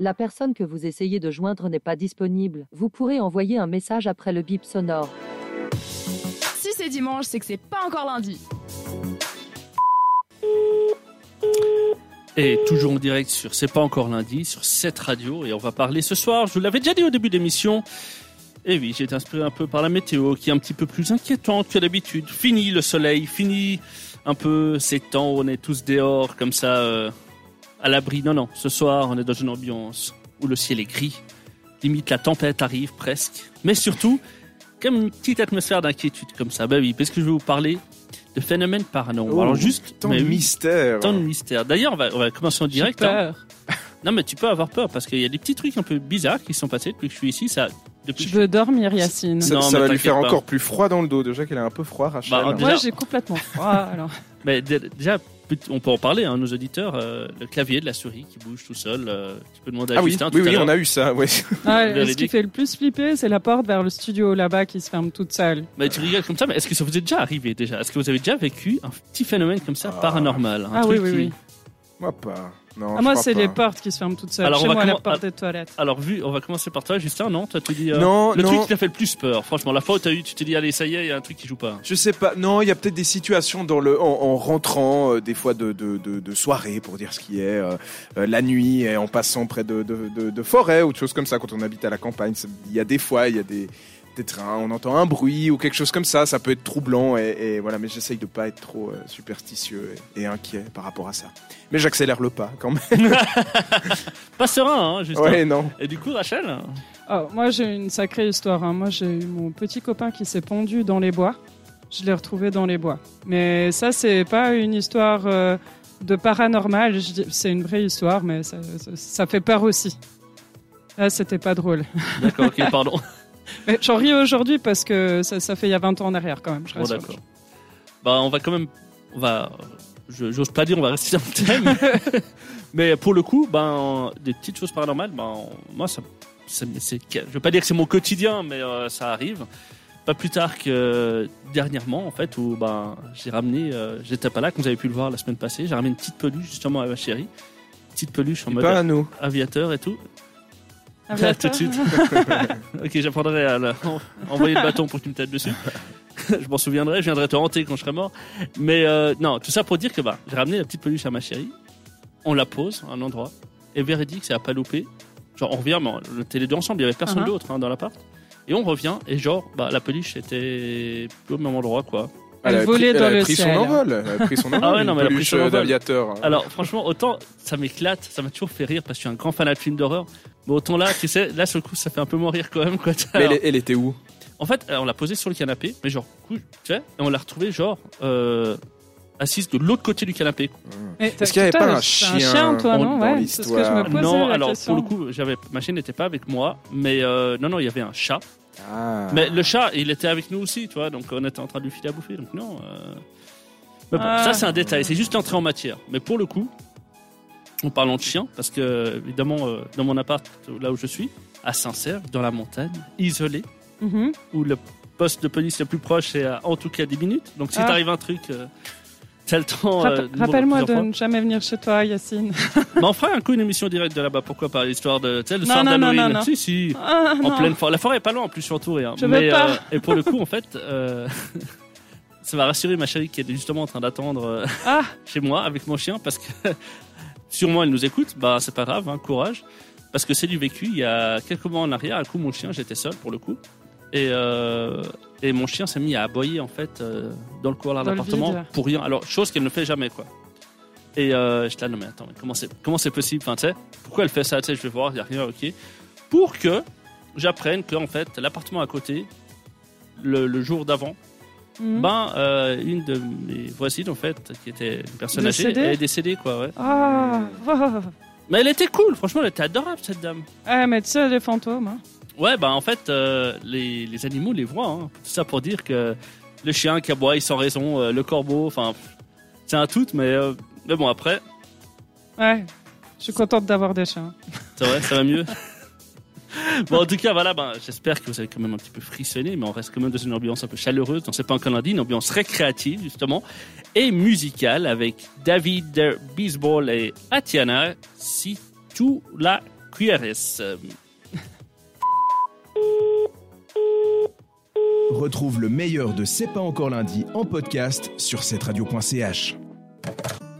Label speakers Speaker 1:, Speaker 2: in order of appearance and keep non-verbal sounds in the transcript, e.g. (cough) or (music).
Speaker 1: La personne que vous essayez de joindre n'est pas disponible. Vous pourrez envoyer un message après le bip sonore.
Speaker 2: Si c'est dimanche, c'est que c'est pas encore lundi.
Speaker 3: Et toujours en direct sur C'est pas encore lundi, sur cette radio. Et on va parler ce soir, je vous l'avais déjà dit au début de l'émission. Et oui, j'ai été inspiré un peu par la météo qui est un petit peu plus inquiétante que d'habitude. Fini le soleil, fini un peu ces temps où on est tous dehors comme ça, euh, à l'abri. Non, non, ce soir on est dans une ambiance où le ciel est gris. Limite la tempête arrive presque. Mais surtout, comme une petite atmosphère d'inquiétude comme ça. Bah oui, parce que je vais vous parler de phénomènes paranormaux.
Speaker 4: Oh,
Speaker 3: Alors juste,
Speaker 4: Tant
Speaker 3: mais
Speaker 4: de
Speaker 3: oui,
Speaker 4: mystère.
Speaker 3: tant de mystère. D'ailleurs, on va, on va commencer en direct. hein. Non, mais tu peux avoir peur parce qu'il y a des petits trucs un peu bizarres qui sont passés depuis que je suis ici. Ça, depuis
Speaker 5: Je
Speaker 3: que
Speaker 5: veux dormir, Yacine.
Speaker 4: Ça,
Speaker 3: Non,
Speaker 4: ça
Speaker 3: mais
Speaker 4: va lui faire
Speaker 3: t'inquiète pas.
Speaker 4: encore plus froid dans le dos. Déjà qu'elle est un peu froid, Rachel.
Speaker 3: Bah, en-
Speaker 5: Moi,
Speaker 3: Déjà-
Speaker 5: j'ai complètement froid, alors.
Speaker 3: Mais dé- déjà, peut- on peut en parler, hein, nos auditeurs. euh, le clavier de la souris qui bouge tout seul. euh, tu peux demander à
Speaker 4: ah oui,
Speaker 3: Justin
Speaker 4: oui,
Speaker 3: tout à
Speaker 4: oui,
Speaker 3: l'heure.
Speaker 4: on a eu ça. Ouais. (laughs)
Speaker 5: Ah,
Speaker 3: Véridique.
Speaker 5: ce qui fait le plus flipper, c'est la porte vers le studio là-bas qui se ferme toute seule.
Speaker 3: Mais tu rigoles comme ça, mais est-ce que ça vous est déjà arrivé déjà Est-ce que vous avez déjà vécu un petit phénomène comme ça
Speaker 4: Ah.
Speaker 3: paranormal un
Speaker 5: Ah
Speaker 3: truc
Speaker 5: oui, oui,
Speaker 3: qui-
Speaker 5: oui.
Speaker 4: Moi pas. Non,
Speaker 5: Ah,
Speaker 4: je
Speaker 5: moi,
Speaker 4: crois
Speaker 5: c'est
Speaker 4: pas.
Speaker 5: les portes qui se ferment toutes seules.
Speaker 3: Alors,
Speaker 5: Chez
Speaker 3: on va
Speaker 5: moi, la
Speaker 3: commen-
Speaker 5: porte des toilettes.
Speaker 3: Alors, vu, on va commencer par toi, Justin. Non, toi, tu dis. euh,
Speaker 4: Non,
Speaker 3: Le
Speaker 4: non.
Speaker 3: truc qui t'a fait le plus peur, franchement, la fois où t'as eu, tu t'es dit, allez, ça y est, il y a un truc qui joue pas.
Speaker 4: Je sais pas. Non, il y a peut-être des situations dans le en, en rentrant euh, des fois de, de, de, de soirée pour dire ce qui est euh, euh, la nuit et en passant près de, de, de, de forêts ou de choses comme ça quand on habite à la campagne. c'est- Il y a des fois il y a des des trains, on entend un bruit ou quelque chose comme ça, ça peut être troublant et, et voilà, mais j'essaye de pas être trop euh, superstitieux et, et inquiet par rapport à ça. Mais j'accélère le pas quand même.
Speaker 3: Pas serein, hein, Justin.
Speaker 4: (laughs) Ouais, non.
Speaker 3: Et du coup, Rachel
Speaker 5: Oh, moi, j'ai une sacrée histoire. hein. Moi, j'ai eu mon petit copain qui s'est pendu dans les bois. Je l'ai retrouvé dans les bois. Mais ça, c'est pas une histoire euh, de paranormal. Je dis- C'est une vraie histoire, mais ça, ça- ça fait peur aussi. Là, c'était pas drôle.
Speaker 3: D'accord, ok, pardon.
Speaker 5: Mais j'en ris aujourd'hui parce que ça, ça fait il y a 20 ans en arrière quand même. Je
Speaker 3: Bon,
Speaker 5: rassure.
Speaker 3: d'accord. Bah, on va quand même. On va. je- J'ose pas dire, on va rester dans le thème. Mais pour le coup, ben, des petites choses paranormales, ben, moi, ça, ça- c'est- je veux pas dire que c'est mon quotidien, mais euh, ça arrive. Pas plus tard que euh, dernièrement, en fait, où ben, j'ai ramené, euh, j'étais pas là, comme vous avez pu le voir la semaine passée, j'ai ramené une petite peluche justement à ma chérie. Petite peluche en
Speaker 4: Et
Speaker 3: mode euh,
Speaker 4: Pas à nous.
Speaker 3: aviateur et tout.
Speaker 5: Ah,
Speaker 3: Là,
Speaker 4: (laughs)
Speaker 5: bah,
Speaker 3: tout de suite.
Speaker 5: (laughs)
Speaker 3: ok, j'apprendrai à la- (laughs) en- envoyer le bâton pour que tu me tapes dessus. (laughs) je m'en souviendrai, je viendrai te hanter quand je serai mort. Mais euh, non, tout ça pour dire que bah, j'ai ramené la petite peluche à ma chérie. On la pose à un endroit. Et véridique, ça a pas loupé. Genre, on revient, mais on était les deux ensemble, il y avait personne
Speaker 5: Uh-huh.
Speaker 3: d'autre hein, dans l'appart. Et on revient, et genre, bah, la peluche était plus au même endroit, quoi.
Speaker 5: Elle
Speaker 4: avait
Speaker 5: volait
Speaker 4: pris-
Speaker 5: dans
Speaker 4: avait
Speaker 5: le
Speaker 4: pris
Speaker 5: ciel.
Speaker 4: son envol. Elle a pris son envol.
Speaker 3: Ah ouais, non,
Speaker 4: une
Speaker 3: mais elle a pris
Speaker 4: peluche,
Speaker 3: son
Speaker 4: euh,
Speaker 3: envol.
Speaker 4: d'aviateur.
Speaker 3: Alors, franchement, autant ça m'éclate, ça m'a toujours fait rire parce que je suis un grand fan de films d'horreur. Mais autant là, tu sais, là, sur le coup, ça fait un peu moins rire quand même, quoi.
Speaker 4: Mais
Speaker 3: Alors-
Speaker 4: elle, elle était où
Speaker 3: En fait, euh, on l'a posée sur le canapé, mais genre, couche, tu sais, et on l'a retrouvée, genre, euh, assise de l'autre côté du canapé.
Speaker 5: Mais t'as-
Speaker 4: Est-ce qu'il y avait
Speaker 5: putain,
Speaker 4: pas un
Speaker 5: mais c'est
Speaker 4: chien
Speaker 5: toi,
Speaker 4: dans
Speaker 5: non ouais, C'est ce que je
Speaker 4: l'histoire
Speaker 5: me posais
Speaker 3: non,
Speaker 5: la
Speaker 3: alors,
Speaker 5: question.
Speaker 3: pour le coup, j'avais, ma chaîne n'était pas avec moi, mais euh, non, non, il y avait un chat.
Speaker 4: Ah.
Speaker 3: Mais le chat, il était avec nous aussi, tu vois, donc on était en train de lui filer à bouffer, donc non. euh. Mais bon,
Speaker 5: Ah.
Speaker 3: ça, c'est un détail, c'est juste l'entrée en matière. Mais pour le coup, en parlant de chien, parce que, évidemment, euh, dans mon appart, là où je suis, à Saint-Cerf, dans la montagne, isolé,
Speaker 5: Mhm.
Speaker 3: où le poste de police le plus proche est à en tout cas 10 minutes. Donc si
Speaker 5: Ah.
Speaker 3: t'arrive un truc, euh, t'as le temps.
Speaker 5: Rapp-
Speaker 3: euh, de
Speaker 5: Rappelle-moi
Speaker 3: mourir
Speaker 5: de
Speaker 3: plusieurs
Speaker 5: ne jamais venir chez toi,
Speaker 3: (laughs)
Speaker 5: Yacine.
Speaker 3: fois. Mais on fera un coup une émission directe de là-bas. Pourquoi pas L'histoire de. Tu sais, le
Speaker 5: Non,
Speaker 3: soir
Speaker 5: non, non,
Speaker 3: d'Halloween.
Speaker 5: non, non.
Speaker 3: Si, si.
Speaker 5: Ah,
Speaker 3: En
Speaker 5: non.
Speaker 3: pleine forêt. La forêt est pas loin en plus, je suis entouré. hein.
Speaker 5: Je veux pas.
Speaker 3: euh, et pour le coup, en fait. euh, (laughs) Ça va rassurer ma chérie qui est justement en train d'attendre euh,
Speaker 5: Ah.
Speaker 3: chez moi avec mon chien parce que (laughs) sûrement elle nous écoute. Bah c'est pas grave, hein, courage. Parce que c'est du vécu. Il y a quelques mois en arrière, un coup mon chien, j'étais seul pour le coup. Et, euh, et mon chien s'est mis à aboyer en fait euh, dans le couloir
Speaker 5: Dans
Speaker 3: de
Speaker 5: le
Speaker 3: l'appartement
Speaker 5: vide.
Speaker 3: pour rien. Alors chose qu'elle ne fait jamais quoi. Et euh, je là non mais attends mais comment c'est comment c'est possible enfin tu sais pourquoi elle fait ça tu sais je vais voir il y a rien ok pour que j'apprenne que en fait l'appartement à côté le, le jour d'avant
Speaker 5: Mhm.
Speaker 3: ben euh, une de mes voisines en fait qui était une personne
Speaker 5: Décédée
Speaker 3: âgée elle est décédée quoi ouais
Speaker 5: Ah, wow.
Speaker 3: mais elle était cool franchement elle était adorable cette dame
Speaker 5: Ah, mais tu sais, les fantômes. hein.
Speaker 3: Ouais, bah en fait, euh, les, les animaux les voient. hein. Tout ça pour dire que le chien qui aboie sans raison, euh, le corbeau, enfin, pff, c'est un tout, mais, euh, mais bon, après,
Speaker 5: Ouais, je suis contente d'avoir des chiens.
Speaker 3: c'est vrai, ça va mieux. (laughs) bon, en tout cas, voilà, ben, j'espère que vous avez quand même un petit peu frissonné, mais on reste quand même dans une ambiance un peu chaleureuse. dans C'est pas encore lundi, une ambiance récréative, justement, et musicale avec David Beasball et Atiana. Si tout la QRS. Euh,
Speaker 4: Retrouve le meilleur de C'est pas encore lundi en podcast sur cetteradio.ch.